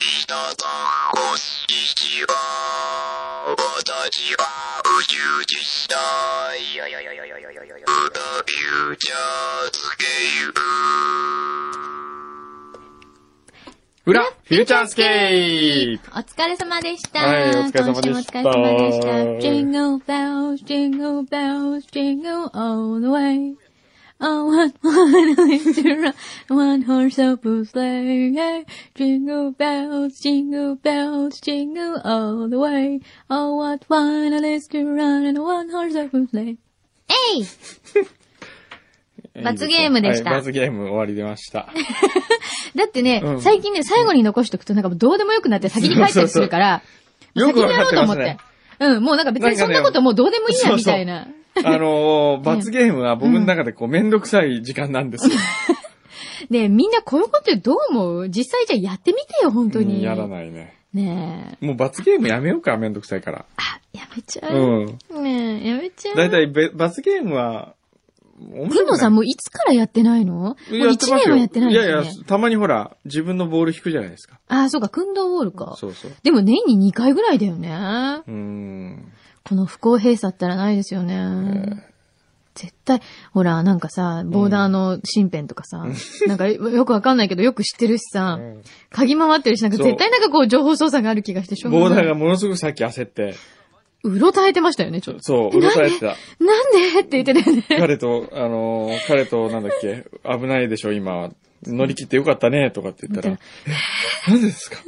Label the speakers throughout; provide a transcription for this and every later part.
Speaker 1: 皆さん、こんにちは。私は宇宙実際。プザフューチャースケー
Speaker 2: 裏、フューチャースケープ
Speaker 3: お疲れ様でした。
Speaker 2: はいお疲れ様でした
Speaker 3: 今週もお疲れ様でした。Jingle bells, jingle bells, jingle all the way. Oh, what fun it is to ride one horse open sleigh. Hey, Jingle bells, jingle bells, jingle all the way. Oh, what fun it is to ride in a one horse open sleigh. えい
Speaker 2: ル
Speaker 3: 罰ゲームでした
Speaker 2: はい罰ゲーム終わりでま した。
Speaker 3: だってね、
Speaker 2: うん
Speaker 3: 最近ね、最後に残しとくとなんかもうどうでもよくなって先に帰ったりするから、
Speaker 2: そうそうそう
Speaker 3: 先にやろうと思って。
Speaker 2: よくわか
Speaker 3: うん、もうなんか別にそんなこともうどうでもいいや、みたいな。
Speaker 2: あのー、罰ゲームは僕の中でこう、めんどくさい時間なんですよ。
Speaker 3: ねえみんなこういうことどう思う実際じゃあやってみてよ、本当
Speaker 2: うん
Speaker 3: に。
Speaker 2: やらないね。
Speaker 3: ねえ。
Speaker 2: もう罰ゲームやめようか、めんどくさいから。
Speaker 3: あ、やめちゃう。
Speaker 2: うん。
Speaker 3: ねえ、やめちゃう。
Speaker 2: だいたいべ罰ゲームは、面
Speaker 3: くんのさんもういつからやってないのもう1年はやってない
Speaker 2: い
Speaker 3: です
Speaker 2: や
Speaker 3: ね。
Speaker 2: いや、たまにほら、自分のボール引くじゃないですか。
Speaker 3: あ、そうか、くんどうウォールか。
Speaker 2: そうそう。
Speaker 3: でも年に2回ぐらいだよね。
Speaker 2: うーん。
Speaker 3: この不公平さったらないですよね。絶対、ほら、なんかさ、ボーダーの身辺とかさ、なんかよくわかんないけど、よく知ってるしさ、鍵回ってるし、なんか
Speaker 2: そう
Speaker 3: 絶対なんかこう情報操作がある気がしてしょうがな
Speaker 2: ボ
Speaker 3: い。
Speaker 2: ーダーがものすごくさっき焦って、
Speaker 3: うろたえてましたよね、ちょっと。
Speaker 2: そう、うろされてた。
Speaker 3: なんでって言って たよね。
Speaker 2: 彼と、あのー彼となんだっけ、危ないでしょ、今。乗り切ってよかったね、とかって言ったら、えなんでですか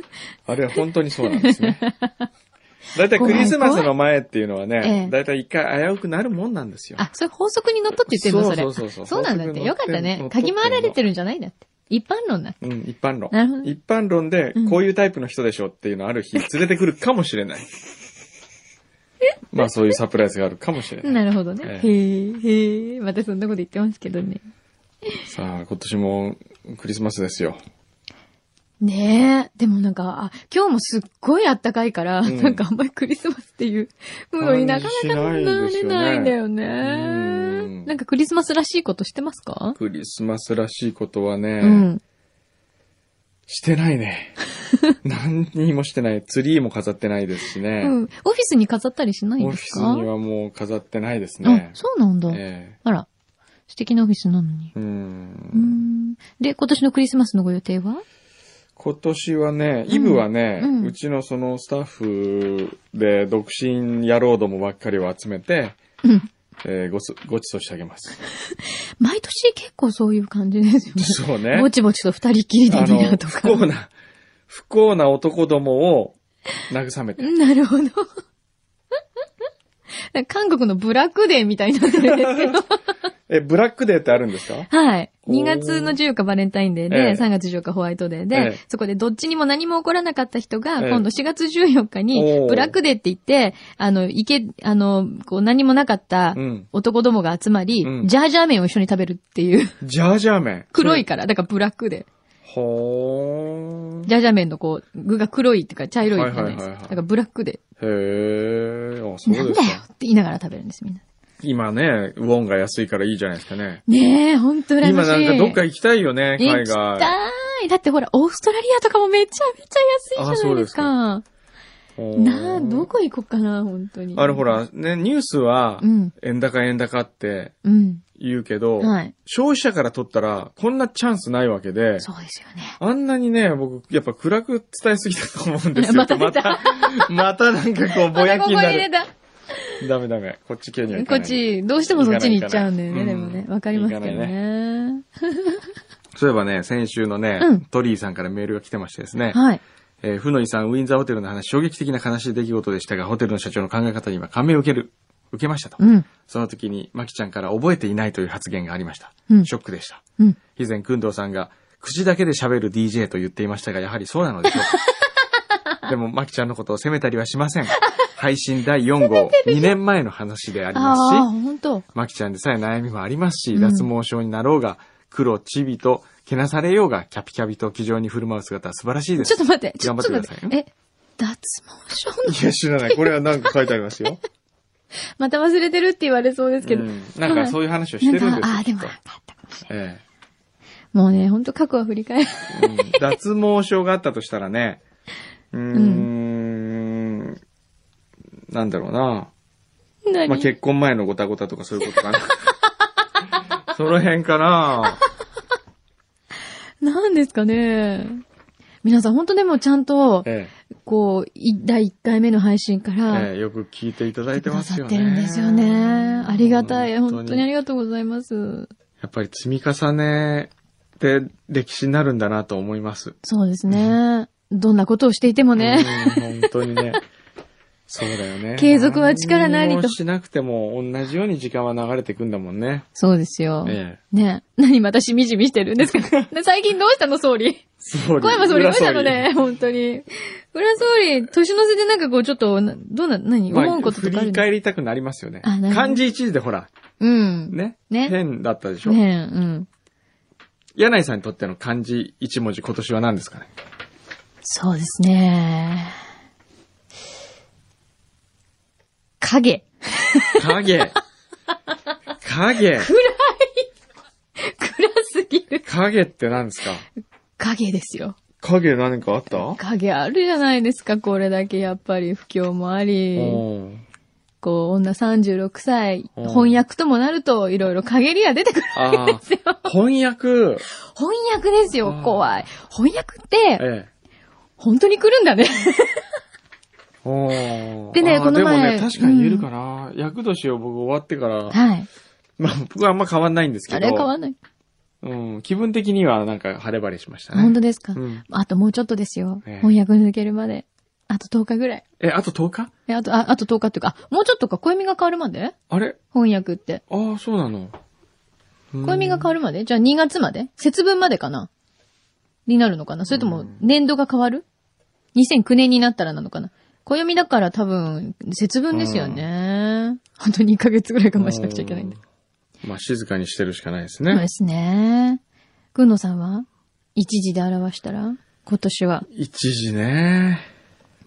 Speaker 2: あれは本当にそうなんですね。 だいたいクリスマスの前っていうのは
Speaker 3: え
Speaker 2: ね
Speaker 3: え、
Speaker 2: だいたい一回危うくなるもんなんですよ。
Speaker 3: あ、それ法則にのっとって言ってるのそれ。
Speaker 2: そうそうそうそう
Speaker 3: なんだって。よかった
Speaker 2: 法
Speaker 3: ね。
Speaker 2: 則にのっとって
Speaker 3: 嗅ぎ回られてるんじゃないんだって。一般論だ。
Speaker 2: うん、一般論。
Speaker 3: なるほど
Speaker 2: 一般論で
Speaker 3: うん、
Speaker 2: こういうタイプの人でしょっていうのをある日、連れてくるかもしれない。まあ、そういうサプライズがあるかもしれない。
Speaker 3: なるほどね。
Speaker 2: ええ
Speaker 3: へえ、へえ。またそんなこと言ってますけどね。
Speaker 2: さあ、今年もクリスマスですよ。
Speaker 3: ねえ。でもなんか、あ、今日もすっごいあったかいから、
Speaker 2: うん
Speaker 3: なんかあんまりクリスマスっていうムードになかなかなれないんだよね。
Speaker 2: うん
Speaker 3: なんかクリスマスらしいことしてますか、
Speaker 2: クリスマスらしいことはね、
Speaker 3: うん。
Speaker 2: してない ね。何にもしてない。ツリーも飾ってないですし
Speaker 3: う
Speaker 2: ね。
Speaker 3: ん。オフィスに飾ったりしないん
Speaker 2: オ
Speaker 3: で
Speaker 2: フィ
Speaker 3: す
Speaker 2: ス
Speaker 3: か
Speaker 2: にはもう飾ってないです
Speaker 3: あ
Speaker 2: ね、。
Speaker 3: そうなんだ。
Speaker 2: え
Speaker 3: あら、素敵なオフィスなのに。
Speaker 2: えう
Speaker 3: うんん。で、今年のクリスマスのご予定は
Speaker 2: 今年はね、イブはね、う
Speaker 3: うん
Speaker 2: ちのそのスタッフで独身野郎どもばっかりを集めて、
Speaker 3: うん
Speaker 2: えーごちごちそうしてあげます。
Speaker 3: 毎年結構そういう感じですよね。
Speaker 2: そうね。
Speaker 3: ぼちぼちと二人きりで
Speaker 2: あ
Speaker 3: ディナ
Speaker 2: の、
Speaker 3: ーと
Speaker 2: 不
Speaker 3: か。
Speaker 2: 幸な、不幸な男どもを慰めて。
Speaker 3: なるほど。 韓国のブラックデーみたいになってるんですけど。
Speaker 2: え、ブラックデーってあるんですか
Speaker 3: はい。
Speaker 2: おー
Speaker 3: 2月の14日バレンタインデーで、
Speaker 2: ええ
Speaker 3: 3月14日ホワイトデーで、
Speaker 2: ええ
Speaker 3: そこでどっちにも何も起こらなかった人が、
Speaker 2: ええ
Speaker 3: 今度4月14日
Speaker 2: お
Speaker 3: に
Speaker 2: ー、
Speaker 3: ブラックデーって言って、あの、いけ、あの、こう何もなかった
Speaker 2: うん
Speaker 3: 男どもが集まり、
Speaker 2: うん
Speaker 3: ジャージャー麺を一緒に食べるっていう、
Speaker 2: ジャージャー麺。
Speaker 3: 黒いから、だからブラックデー。
Speaker 2: ほー。
Speaker 3: ジャージャー麺のこう、具が黒いっていうか茶色いじゃないです
Speaker 2: はいはいはいは
Speaker 3: か。
Speaker 2: い
Speaker 3: だからブラックで、
Speaker 2: へー。あ、そう
Speaker 3: なん
Speaker 2: です
Speaker 3: だよっ
Speaker 2: か。
Speaker 3: て言いながら食べるんです、みんな。
Speaker 2: 今ね、ウォンが安いからいいじゃないですかね。
Speaker 3: ねえ、ほんと羨ま
Speaker 2: 今
Speaker 3: しい。
Speaker 2: なんかどっか行きたいよね、海
Speaker 3: 行き
Speaker 2: 外。
Speaker 3: たい。だってほら、オーストラリアとかもめちゃめちゃ安いじゃないですか。
Speaker 2: ほー
Speaker 3: なあ、どこ行こうかな、本当に。
Speaker 2: あれほ。ら、ね、ニュースは
Speaker 3: う、ん、
Speaker 2: 円高円高って
Speaker 3: うん。
Speaker 2: 言うけど、
Speaker 3: はい。
Speaker 2: 消費者から取ったら、こんなチャンスないわけで、
Speaker 3: そうですよね。
Speaker 2: あんなにね、僕、やっぱ暗く伝えすぎたと思うんですよ。
Speaker 3: また出た
Speaker 2: また、 またなんかこう、ぼやきに
Speaker 3: またここ
Speaker 2: な
Speaker 3: 入れ
Speaker 2: る。
Speaker 3: た。
Speaker 2: ダメダメ。こっち系にはいか
Speaker 3: こ
Speaker 2: な
Speaker 3: っ
Speaker 2: い。
Speaker 3: ち、どうしてもそっちに行っちゃうんだよね、
Speaker 2: 行か
Speaker 3: で
Speaker 2: ない行か
Speaker 3: も
Speaker 2: ない
Speaker 3: ね。わかりますけ
Speaker 2: 行
Speaker 3: ど
Speaker 2: かない
Speaker 3: ね。
Speaker 2: そういえばね、先週のね、
Speaker 3: うん
Speaker 2: トリーさんからメールが来てましてですね、
Speaker 3: はい。
Speaker 2: えー、ふのいさん、ウィンザーホテルの話、衝撃的な悲しい出来事でしたが、ホテルの社長の考え方には感銘を受ける、受けましたと。
Speaker 3: うん、
Speaker 2: その時に、まきちゃんから覚えていないという発言がありました。
Speaker 3: うん
Speaker 2: ショックでした。
Speaker 3: うん。
Speaker 2: 以前、くんどうさんが、口だけで喋る DJ と言っていましたが、やはりそうなのでしょう か。でも、まきちゃんのことを責めたりはしません。配信第4号、2年前の話であり
Speaker 3: あ
Speaker 2: ますし
Speaker 3: あ、、本当
Speaker 2: まきちゃんでさえ悩みもありますし、
Speaker 3: うん
Speaker 2: 脱毛症になろうが、黒、チビと、けなされようが、キャピキャビと気丈に振る舞う姿は素晴らしいです。
Speaker 3: ちょっと待って、ちょ
Speaker 2: 頑張
Speaker 3: っ
Speaker 2: っ
Speaker 3: と
Speaker 2: てくだ
Speaker 3: 待
Speaker 2: さい
Speaker 3: って。え、脱毛症 の
Speaker 2: いや、知らない。これはなんか書いてありますよ。
Speaker 3: また忘れてるって言われそうです けど。
Speaker 2: うんなんかそういう話をしてるんですよ。
Speaker 3: ああー、でも
Speaker 2: きっ
Speaker 3: な
Speaker 2: と
Speaker 3: かったかもしれない。
Speaker 2: え
Speaker 3: もうね、ほんと過去は振り返る。
Speaker 2: えうん脱毛症があったとしたらね、うーん。なんだろうな。
Speaker 3: 何、
Speaker 2: まあ、結婚前のごたごたとかそういうこと かな。その辺かな。
Speaker 3: なんですかね。皆さん、本当でもちゃんと、
Speaker 2: え
Speaker 3: こう、い第1回目の配信か
Speaker 2: え
Speaker 3: ら、
Speaker 2: ええ、よく聞いていただいて
Speaker 3: くだ
Speaker 2: ま
Speaker 3: さ
Speaker 2: すよ
Speaker 3: っ
Speaker 2: ね。
Speaker 3: てるんですよね。ありがたい。本当にあり
Speaker 2: や
Speaker 3: がとうございます。
Speaker 2: っぱり積み重ねで歴史になるんだなと思います。
Speaker 3: そうですね。どんなことをしていてもね。
Speaker 2: うん。本当にね。そうだよね。
Speaker 3: 継続は力なりと
Speaker 2: 何もしなくても同じように時間は流れていくんだもんね。
Speaker 3: そうですよ。
Speaker 2: ええ。
Speaker 3: ね何またしみじみしてるんですかね 最近どうしたの、総理。
Speaker 2: 総理
Speaker 3: 小山総理どう
Speaker 2: 裏
Speaker 3: したのね、本当に。裏総理、年の瀬でなんかこう、ちょっと、などうな、何
Speaker 2: まあ
Speaker 3: 思うこととかあ
Speaker 2: 振
Speaker 3: る
Speaker 2: り
Speaker 3: の
Speaker 2: 返りたくなりますよね。
Speaker 3: あなるほど
Speaker 2: 漢字一字でほら、
Speaker 3: うん。
Speaker 2: ね。
Speaker 3: ね
Speaker 2: 変だったでしょ。
Speaker 3: ねえ、うん。
Speaker 2: 柳井さんにとっての漢字一文字今年は何ですかね
Speaker 3: そうですね。影。
Speaker 2: 影。影。
Speaker 3: 暗すぎる。
Speaker 2: 影って何ですか
Speaker 3: 影ですよ。
Speaker 2: 影何かあった
Speaker 3: 影あるじゃないですか、これだけやっぱり不況もあり、
Speaker 2: うん
Speaker 3: こう、女36歳、
Speaker 2: うん
Speaker 3: 翻訳ともなると、いろいろ陰りが出てくる。
Speaker 2: あ あ、翻訳、
Speaker 3: 翻訳ですよ
Speaker 2: うん、
Speaker 3: 怖い。翻訳って、
Speaker 2: ええ。
Speaker 3: 本当に来るんだ ね。
Speaker 2: おー
Speaker 3: でね
Speaker 2: あー
Speaker 3: この前
Speaker 2: でもね、確かに言えるかな。役年を僕終わってから、
Speaker 3: はい。
Speaker 2: まあ僕はあんま変わんないんですけど、
Speaker 3: あれは変わんない。
Speaker 2: うん、気分的にはなんか晴れ晴れしましたね。
Speaker 3: 本当ですか、
Speaker 2: うん
Speaker 3: あともうちょっとですよ。
Speaker 2: ええ
Speaker 3: 翻訳抜けるまで。あと10日ぐらい。
Speaker 2: え、あと10日
Speaker 3: え、あと、ああと10日っていうか、あもうちょっとか、暦が変わるまで
Speaker 2: あれ
Speaker 3: 翻訳って。
Speaker 2: ああ、そうなの。うん
Speaker 3: 暦が変わるまでじゃあ2月まで節分までかなになるのかなそれとも年度が変わる ?2009 年になったらなのかな暦だから多分、節分ですよね。本当に1ヶ月ぐらい我慢しなくちゃいけないんで。
Speaker 2: うんまあ静かにしてるしかないです
Speaker 3: そう
Speaker 2: ね
Speaker 3: で。すね。くんのさんは一時で表したら今年は。
Speaker 2: 一時ね。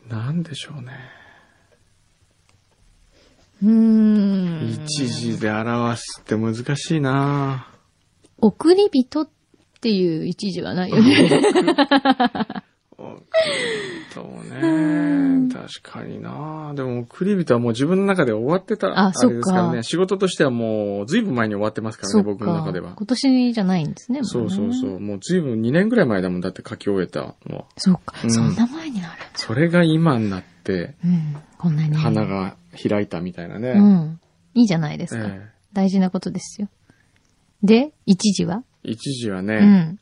Speaker 2: なんでしょうね。
Speaker 3: うーん。
Speaker 2: 一時で表すって難しいな
Speaker 3: 送り人っていう一時はないよね。
Speaker 2: 送り人もね。確かになでも送り人はもう自分の中で終わってた。
Speaker 3: あそっか
Speaker 2: れですからね。仕事としてはもう随分前に終わってますから
Speaker 3: そ
Speaker 2: ね、
Speaker 3: うか。
Speaker 2: 僕の中では。
Speaker 3: 今年じゃないんですね。もね
Speaker 2: そうそうそう。。もう随分2年ぐらい前だもんだって書き終えたのは。
Speaker 3: そうか。
Speaker 2: うん
Speaker 3: そんな前になるんだ。
Speaker 2: それが今になって、
Speaker 3: うん。こんなに。
Speaker 2: 花が開いたみたいなね。
Speaker 3: うん。いいじゃないですか。
Speaker 2: ええ
Speaker 3: 大事なことですよ。で、一時は、
Speaker 2: 一時は
Speaker 3: う
Speaker 2: ね、
Speaker 3: ん。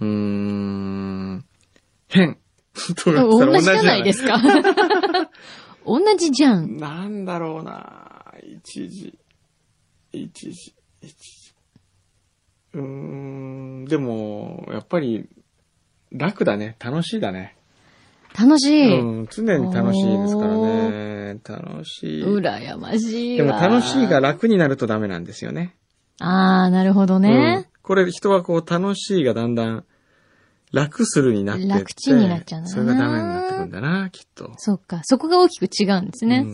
Speaker 2: うーん、変。 とか言ったら
Speaker 3: 同
Speaker 2: 同じ
Speaker 3: じじ
Speaker 2: じ
Speaker 3: ゃ
Speaker 2: ゃ
Speaker 3: な
Speaker 2: ないい
Speaker 3: で
Speaker 2: ですす
Speaker 3: か。 同じじゃん。
Speaker 2: なんだろうな一時、一時、一時。うーん、でも、やっぱり、楽だね。楽しいだね。
Speaker 3: 楽しい。
Speaker 2: うん、常に楽しいですからね。楽しい。
Speaker 3: 羨ましい
Speaker 2: で
Speaker 3: わ。
Speaker 2: も楽しいが。楽になるとダメなんですよね。
Speaker 3: あー、なるほど
Speaker 2: うん
Speaker 3: ね。、
Speaker 2: これ人はこう楽しいがだんだん楽するになってって
Speaker 3: 楽ちんになっちゃうんだな
Speaker 2: それがダメになってくんだな、きっと。
Speaker 3: そうか。そこが大きく違うんですね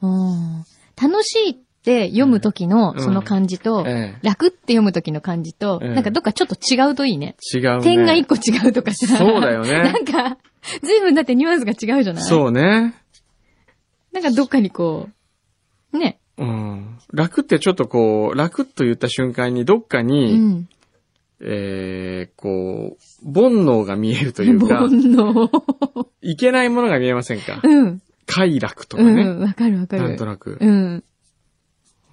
Speaker 2: う。ん
Speaker 3: うん。楽しいって読む時の
Speaker 2: うん
Speaker 3: その漢字と、
Speaker 2: ええ
Speaker 3: 楽って読む時の漢字と、
Speaker 2: ええ
Speaker 3: なんかどっかちょっと違うといいね。
Speaker 2: 違うね。
Speaker 3: 点が一個違うとかさ。
Speaker 2: そうだよね
Speaker 3: なんか、随分だってニュアンスが違うじゃない
Speaker 2: そうね。
Speaker 3: なんかどっかにこう、ね。
Speaker 2: うん。楽ってちょっとこう、楽と言った瞬間にどっか
Speaker 3: う
Speaker 2: に、
Speaker 3: ん。
Speaker 2: えー、こう、煩悩が見えるとい
Speaker 3: 煩
Speaker 2: うか、
Speaker 3: 悩。
Speaker 2: いけないものが見えません か
Speaker 3: うん。
Speaker 2: 快楽とか
Speaker 3: う
Speaker 2: ね。
Speaker 3: ん。わかるわかる。
Speaker 2: なんとなく。
Speaker 3: うん。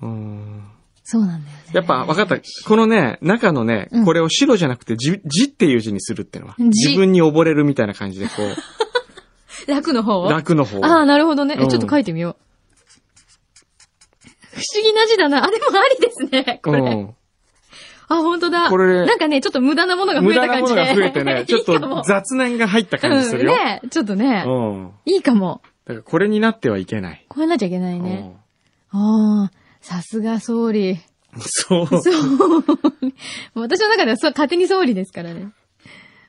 Speaker 2: うん
Speaker 3: そうなんだよね。
Speaker 2: やっぱ、わかった。このね、中のね
Speaker 3: うん、
Speaker 2: これを白じゃなくて、じ、じっていう字にするってのは。
Speaker 3: じ
Speaker 2: 自分に溺れるみたいな感じで、こう、
Speaker 3: 楽の 方
Speaker 2: 楽の方を。
Speaker 3: ああ、なるほどね。え
Speaker 2: うん
Speaker 3: ちょっと書いてみよう。不思議な字だな。あ、でもありですね。こ
Speaker 2: う
Speaker 3: れ。
Speaker 2: ん
Speaker 3: あ、本当だ。
Speaker 2: これ
Speaker 3: なんかね、ちょっと無駄なものが増
Speaker 2: 無
Speaker 3: えた
Speaker 2: 駄な
Speaker 3: 感
Speaker 2: も
Speaker 3: じ
Speaker 2: の
Speaker 3: で。
Speaker 2: が増えてね、ちょっ
Speaker 3: いいかも
Speaker 2: と雑念が入った感じするよ
Speaker 3: う。ん、ねちょっとね。
Speaker 2: うん。
Speaker 3: いいかも。
Speaker 2: だからこれになってはいけない。
Speaker 3: こうなっちゃいけな
Speaker 2: う
Speaker 3: いね。
Speaker 2: ん
Speaker 3: ああ、さすが総理。
Speaker 2: そう。
Speaker 3: そう。私の中ではそう勝手に総理ですからね。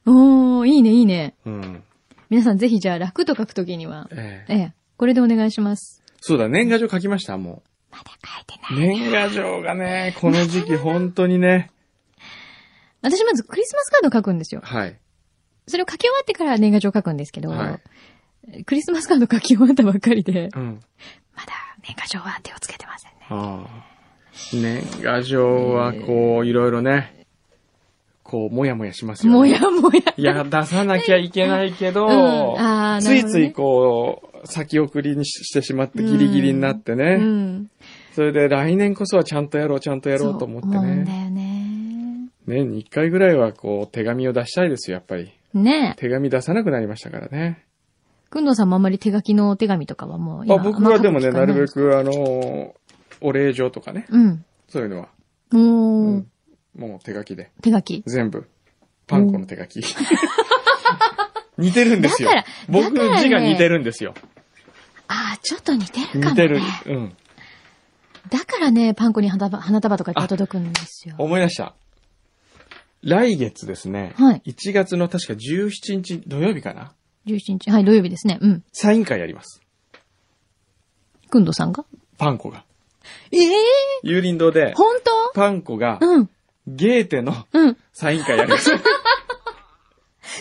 Speaker 3: おー、いいね、いいね。
Speaker 2: うん。
Speaker 3: 皆さんぜひじゃあ楽と書くときには、
Speaker 2: ええ
Speaker 3: ええ、これでお願いします。
Speaker 2: そうだ、年賀状書きました、も
Speaker 3: まだ書いてな
Speaker 2: う。年賀状がね、こ の時期本当にね、
Speaker 3: 私まずクリスマスカード書くんですよ。
Speaker 2: はい。
Speaker 3: それを書き終わってから年賀状書くんですけど、
Speaker 2: は
Speaker 3: クリスマスカード書き終わったばっかりで、
Speaker 2: うん。
Speaker 3: まだ年賀状は手をつけてませんね。
Speaker 2: ああ。年賀状は、こう、いろいろね、こう、もやもやしますよね。
Speaker 3: もやもや。
Speaker 2: いや、出さなきゃいけないけど、
Speaker 3: うんあーな
Speaker 2: つ
Speaker 3: るほどね
Speaker 2: いついこう、先送りにししてしまってギリギリになってね、
Speaker 3: うん。
Speaker 2: それで来年こそはちゃんとやろう、ちゃんとやろうと思って
Speaker 3: そう思うんだ
Speaker 2: ね。
Speaker 3: よね。
Speaker 2: 年に一回ぐらいはこう、手紙を出したいですよ、やっぱり。
Speaker 3: ねえ。
Speaker 2: 手紙出さなくなりましたからね。
Speaker 3: くんどうさんもあんまり手書きのお手紙とかはもう
Speaker 2: あ
Speaker 3: 今
Speaker 2: 僕はでもね、
Speaker 3: あんま
Speaker 2: なるべ
Speaker 3: 書く機
Speaker 2: くあの、お礼状とかね、
Speaker 3: 会ないうん。
Speaker 2: そういうのは、
Speaker 3: もう、
Speaker 2: うんもう手書きで。
Speaker 3: 手書き。
Speaker 2: 全部。パンコの手書き。似てるんですよ
Speaker 3: だから。
Speaker 2: 僕、
Speaker 3: だからね
Speaker 2: 字が似てるんですよ。
Speaker 3: ああ、ちょっと似てるか
Speaker 2: 似
Speaker 3: も
Speaker 2: て
Speaker 3: ね。
Speaker 2: る。うん。
Speaker 3: だからね、パンコに花束花束とか行って届くんですよ。
Speaker 2: 思い出した。来月ですね。
Speaker 3: はい
Speaker 2: 1月の確か17日土曜日かな
Speaker 3: 17日。はい、土曜日ですね。うん。
Speaker 2: サイン会やります。
Speaker 3: くんどうさんが
Speaker 2: パンコが。
Speaker 3: ええ
Speaker 2: 有林堂で、
Speaker 3: 本
Speaker 2: パンコが
Speaker 3: 当うん。
Speaker 2: ゲーテの
Speaker 3: うん。
Speaker 2: サイン会やります。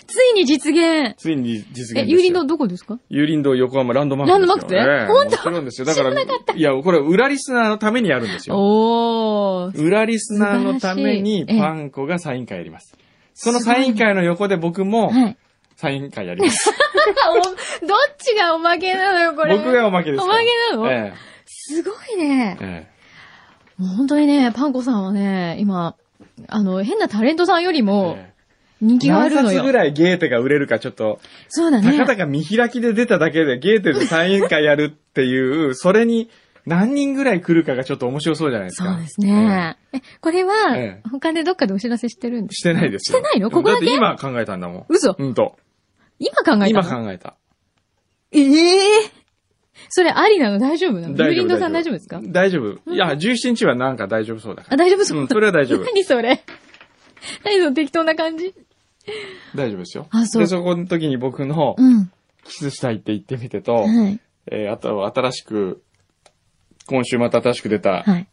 Speaker 3: ついに実現。
Speaker 2: ついに実現ですよ。
Speaker 3: え、ゆりのどこですか
Speaker 2: 有林堂横浜ランドマークですよ。
Speaker 3: ランドマークって
Speaker 2: ええもちろんですよ。だから、いや、これ、裏リスナーのためにやるんですよ。
Speaker 3: おー。
Speaker 2: 裏リスナーのために
Speaker 3: 素晴らしいええ
Speaker 2: パンコがサイン会やります。そのサイン会の横で僕も
Speaker 3: はい。
Speaker 2: サイン会やります。
Speaker 3: おどっちがおまけなの よ、これ。
Speaker 2: 僕がおまけですから。
Speaker 3: おまけなの
Speaker 2: え
Speaker 3: すごいね
Speaker 2: え。え
Speaker 3: もう本当にね、パンコさんはね、今、あの、変なタレントさんより
Speaker 2: え
Speaker 3: も
Speaker 2: え
Speaker 3: 人
Speaker 2: え
Speaker 3: 気があ
Speaker 2: 何
Speaker 3: るの
Speaker 2: 冊
Speaker 3: よ。
Speaker 2: ぐらいゲーテが売れるかちょっと、
Speaker 3: そうだ
Speaker 2: たか
Speaker 3: ね。
Speaker 2: だか見開きで出ただけでゲーテでサイン会やるっていう、それに何人ぐらい来るかがちょっと面白そうじゃないですか。
Speaker 3: そうですね。え、これは
Speaker 2: ええ、
Speaker 3: 他でどっかでお知らせしてる
Speaker 2: え
Speaker 3: んで
Speaker 2: え。
Speaker 3: す
Speaker 2: してないですよ。
Speaker 3: してないのここだけ
Speaker 2: って今考えたんだもん。
Speaker 3: 嘘
Speaker 2: うんと。
Speaker 3: 今考えたの
Speaker 2: 今考えた。
Speaker 3: ええそれありなの大丈夫なのユリンドさん大丈夫ですか
Speaker 2: 大丈夫。いや、17日はなんか大丈夫そうだか
Speaker 3: あ、
Speaker 2: ら。
Speaker 3: 大丈夫そう、
Speaker 2: うんそれは大丈夫
Speaker 3: 何それ何その適当な感じ
Speaker 2: 大丈夫ですよ。
Speaker 3: あそう
Speaker 2: で、そこの時に僕の
Speaker 3: うん。
Speaker 2: キスしたいって言ってみてと、
Speaker 3: はい。
Speaker 2: えーあとは新しく、今週また新しく出た、
Speaker 3: はい。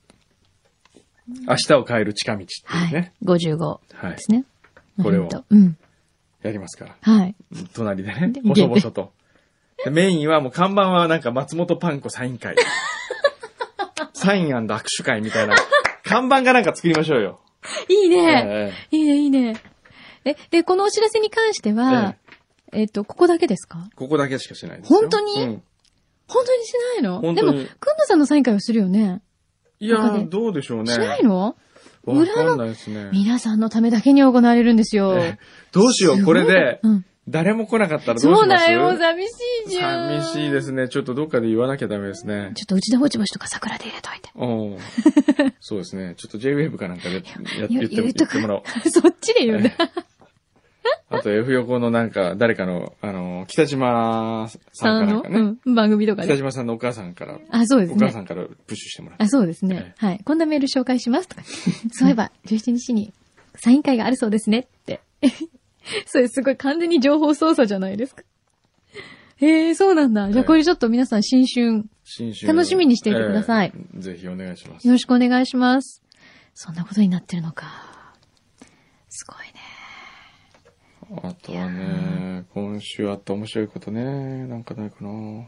Speaker 2: 明日を変える近道っていう
Speaker 3: はい
Speaker 2: ね、。
Speaker 3: 55
Speaker 2: はい
Speaker 3: で。すね。
Speaker 2: これを
Speaker 3: ポイントうん。
Speaker 2: やりますから。
Speaker 3: はい。
Speaker 2: 隣でね
Speaker 3: で、
Speaker 2: 細々と。でメインはもう看板はなんか松本パンコサイン 会。サイン握手会みたいな。看板かなんか作りましょうよ。
Speaker 3: いいね。
Speaker 2: え
Speaker 3: いいね、いいね。え、で、このお知らせに関して
Speaker 2: え
Speaker 3: は
Speaker 2: え、
Speaker 3: えっと、ここだけですか
Speaker 2: えここだけしかしないですよ。
Speaker 3: 本当に
Speaker 2: うん
Speaker 3: 本当にしないの
Speaker 2: 本
Speaker 3: で
Speaker 2: 当
Speaker 3: も、
Speaker 2: に
Speaker 3: くんどさんのサイン会をするよね。
Speaker 2: い
Speaker 3: 他
Speaker 2: や
Speaker 3: で
Speaker 2: どうでしょうね。
Speaker 3: しないの
Speaker 2: わかんないですね。
Speaker 3: 皆さんのためだけに行われるんですよ。
Speaker 2: ええどうしよう、これで
Speaker 3: う、ん。
Speaker 2: 誰も来なかったらどうします
Speaker 3: そうだよ、もう寂しいじゃん。
Speaker 2: 寂しいですね。ちょっとどっかで言わなきゃダメですね。
Speaker 3: ちょっと内田ぼちぼちとか桜で入れといて。
Speaker 2: おーそうですね。ちょっと J-Wave かなんかでや言って
Speaker 3: 言
Speaker 2: 言
Speaker 3: う
Speaker 2: っ
Speaker 3: と
Speaker 2: てもらおう。
Speaker 3: そっちで言うんだ。
Speaker 2: あと F 横のなんか、誰かの、あの、北島さんか
Speaker 3: あ
Speaker 2: な
Speaker 3: の
Speaker 2: んかね。、
Speaker 3: うん、番組とか
Speaker 2: 北
Speaker 3: で。
Speaker 2: 島さんのお母さんから、
Speaker 3: あ、そうで
Speaker 2: お
Speaker 3: す
Speaker 2: 母さ
Speaker 3: ね。
Speaker 2: んからプッシュしてもらって。
Speaker 3: あ、そうですね。はい。こんなメール紹介しますとか。そういえば、17日にサイン会があるそうですねって。それすごい完全に情報操作じゃないですか。へえ、そうなんだ。じゃあこれちょっと皆さん新春、
Speaker 2: 新春
Speaker 3: 楽しみにしていてください
Speaker 2: ええぜひお願いします。
Speaker 3: よろしくお願いします。そんなことになってるのか。すごいね。
Speaker 2: あとはね、今週あった面白いことね、なんかないかな。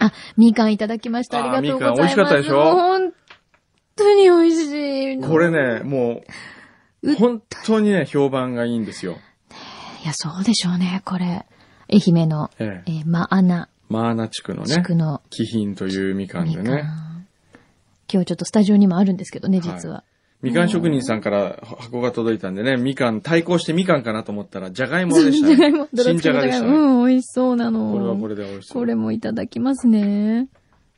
Speaker 3: あ、みかんいただきました。あ
Speaker 2: あー
Speaker 3: りがとうございます。
Speaker 2: みかん美味しかったでしょ
Speaker 3: もう本当に美味しいの。
Speaker 2: これね、もう、本当にね、評判がいいんですよ。
Speaker 3: いや、そうでしょうね、これ。愛媛の、
Speaker 2: え
Speaker 3: え
Speaker 2: え
Speaker 3: ー、マアナ
Speaker 2: マーナ地区の
Speaker 3: 地
Speaker 2: ね、
Speaker 3: 区の
Speaker 2: 気品というみかん
Speaker 3: み
Speaker 2: で
Speaker 3: かん。
Speaker 2: ね。
Speaker 3: 今日ちょっとスタジオにもあるんですけどね、
Speaker 2: はい
Speaker 3: 実は。
Speaker 2: みかん職人さんから箱が届いたんでね、みかん、対抗してみかんかなと思ったら、じゃがいもでした、ね。
Speaker 3: じゃがいも、
Speaker 2: 新じゃがでしたね。
Speaker 3: うん、美味しそうなの。
Speaker 2: これはこれで美味しそう。
Speaker 3: これもいただきますね。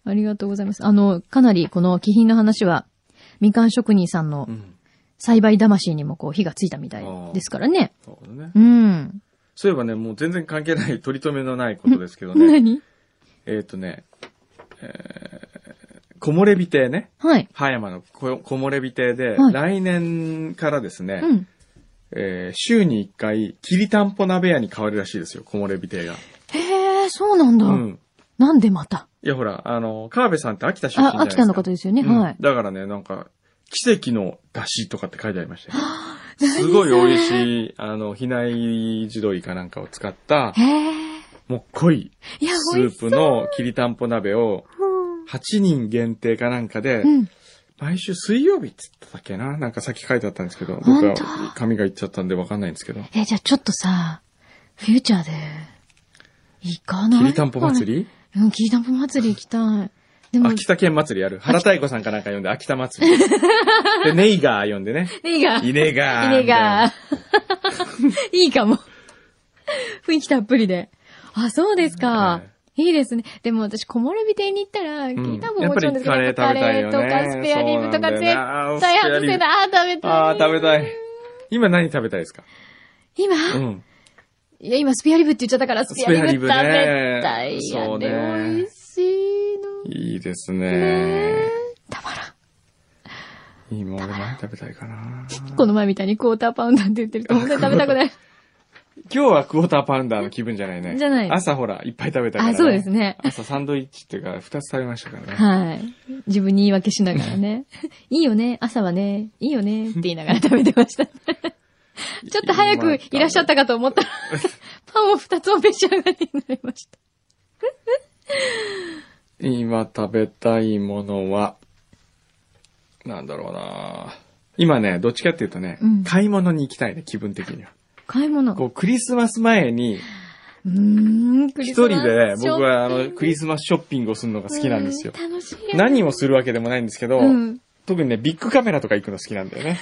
Speaker 3: ありがとうございます。あの、かなりこの気品の話は、みかん職人さんの
Speaker 2: うん。
Speaker 3: 栽培魂にもこう火がついたみたいですからね。
Speaker 2: なるほどね。
Speaker 3: うん。
Speaker 2: そういえばね、もう全然関係ない、取り留めのないことですけどね。
Speaker 3: 何
Speaker 2: えっとね、えー、木漏れ日亭ね。
Speaker 3: はい。
Speaker 2: 葉山のこ木漏れ日亭で、
Speaker 3: はい
Speaker 2: 来年からですね、
Speaker 3: うん。
Speaker 2: えー週に一回、きりたんぽ鍋屋に変わるらしいですよ、木漏れ日亭が。
Speaker 3: へえ、そうなんだ。
Speaker 2: うん。
Speaker 3: なんでまた
Speaker 2: いや、ほら、あの、川辺さんって秋田出身じゃ
Speaker 3: あ、
Speaker 2: ない
Speaker 3: 秋
Speaker 2: ですか。
Speaker 3: 田の方ですよね。
Speaker 2: うん
Speaker 3: はい。
Speaker 2: だからね、なんか、奇跡の出汁とかって書いてありましたよ。すごい美味 しい、あの、比内地鶏かなんかを使った、
Speaker 3: へえ。
Speaker 2: もう濃い
Speaker 3: いや、
Speaker 2: ス
Speaker 3: 美味し
Speaker 2: ープ
Speaker 3: そう。
Speaker 2: のきりたんぽ鍋を、8人限定かなんかで
Speaker 3: う、ん。
Speaker 2: 毎週水曜日って言ってたっけななんかさっき書いてあったんですけど、
Speaker 3: 本
Speaker 2: 僕
Speaker 3: 当
Speaker 2: は髪がいっちゃったんでわかんないんですけど。
Speaker 3: え、じゃあちょっとさ、フューチャーで、行かない
Speaker 2: きりたんぽ祭り
Speaker 3: りうん、きりたんぽ祭り行きたい。でも、
Speaker 2: 秋田県祭りやる。原太鼓さんかなんか呼んで、秋田祭 り。で、ネイガー呼んでね。
Speaker 3: いいが、
Speaker 2: イネガー。
Speaker 3: い いが、いいかも。雰囲気たっぷりで。あ、そうです
Speaker 2: は
Speaker 3: か。いいですね。でも私、木漏れ日亭に行ったら、きりたんぽ
Speaker 2: やっ
Speaker 3: も
Speaker 2: ぱ
Speaker 3: ち
Speaker 2: り
Speaker 3: ろんですけ
Speaker 2: カ
Speaker 3: ど、
Speaker 2: レー食べたいよね。
Speaker 3: カレーとかスペアリブとか絶対外せない。あー、食べたい。
Speaker 2: ああー、食べたい。今何食べたいですか
Speaker 3: 今、
Speaker 2: うん。
Speaker 3: いや、今スペアリブって言っちゃったから、スペアリ
Speaker 2: ス
Speaker 3: ブ食べ
Speaker 2: ペアリブね
Speaker 3: たい。や
Speaker 2: そう
Speaker 3: で、
Speaker 2: ね
Speaker 3: 美味しいの。
Speaker 2: いいですね。
Speaker 3: たまらん。
Speaker 2: 今俺何食べたいかな。
Speaker 3: この前みたいにクォーターパウンダーって言ってると、本当に食べたくない。
Speaker 2: 今日はクォーターパウンダーの気分じゃないね。
Speaker 3: じゃない
Speaker 2: 朝ほら、いっぱい食べたから、
Speaker 3: あそうですね
Speaker 2: 朝サンドイッチっていうか、二つ食べましたからね。
Speaker 3: はい。自分に言い訳しながらね。 いいよね、朝はね、いいよね、って言いながら食べて ました。ちょっと早くいらっしゃったかと思っ たら、パンを二つお召し上がりになりました。
Speaker 2: 今食べたいものは、なんだろうな今ね、どっちかっていうとね、
Speaker 3: うん
Speaker 2: 買い物に行きたいね、気分的には。
Speaker 3: 買い物。
Speaker 2: こ
Speaker 3: う
Speaker 2: う、クリスマス前に、
Speaker 3: ーん、クリ
Speaker 2: 一
Speaker 3: スマス
Speaker 2: 人で、
Speaker 3: ショッピン
Speaker 2: 僕
Speaker 3: グ
Speaker 2: はあの、クリスマスショッピングをするのが好きなんですよ。
Speaker 3: う楽しいよね。
Speaker 2: 何をするわけでもないんですけど、
Speaker 3: うん
Speaker 2: 特にね、ビッグカメラとか行くの好きなんだよ ね。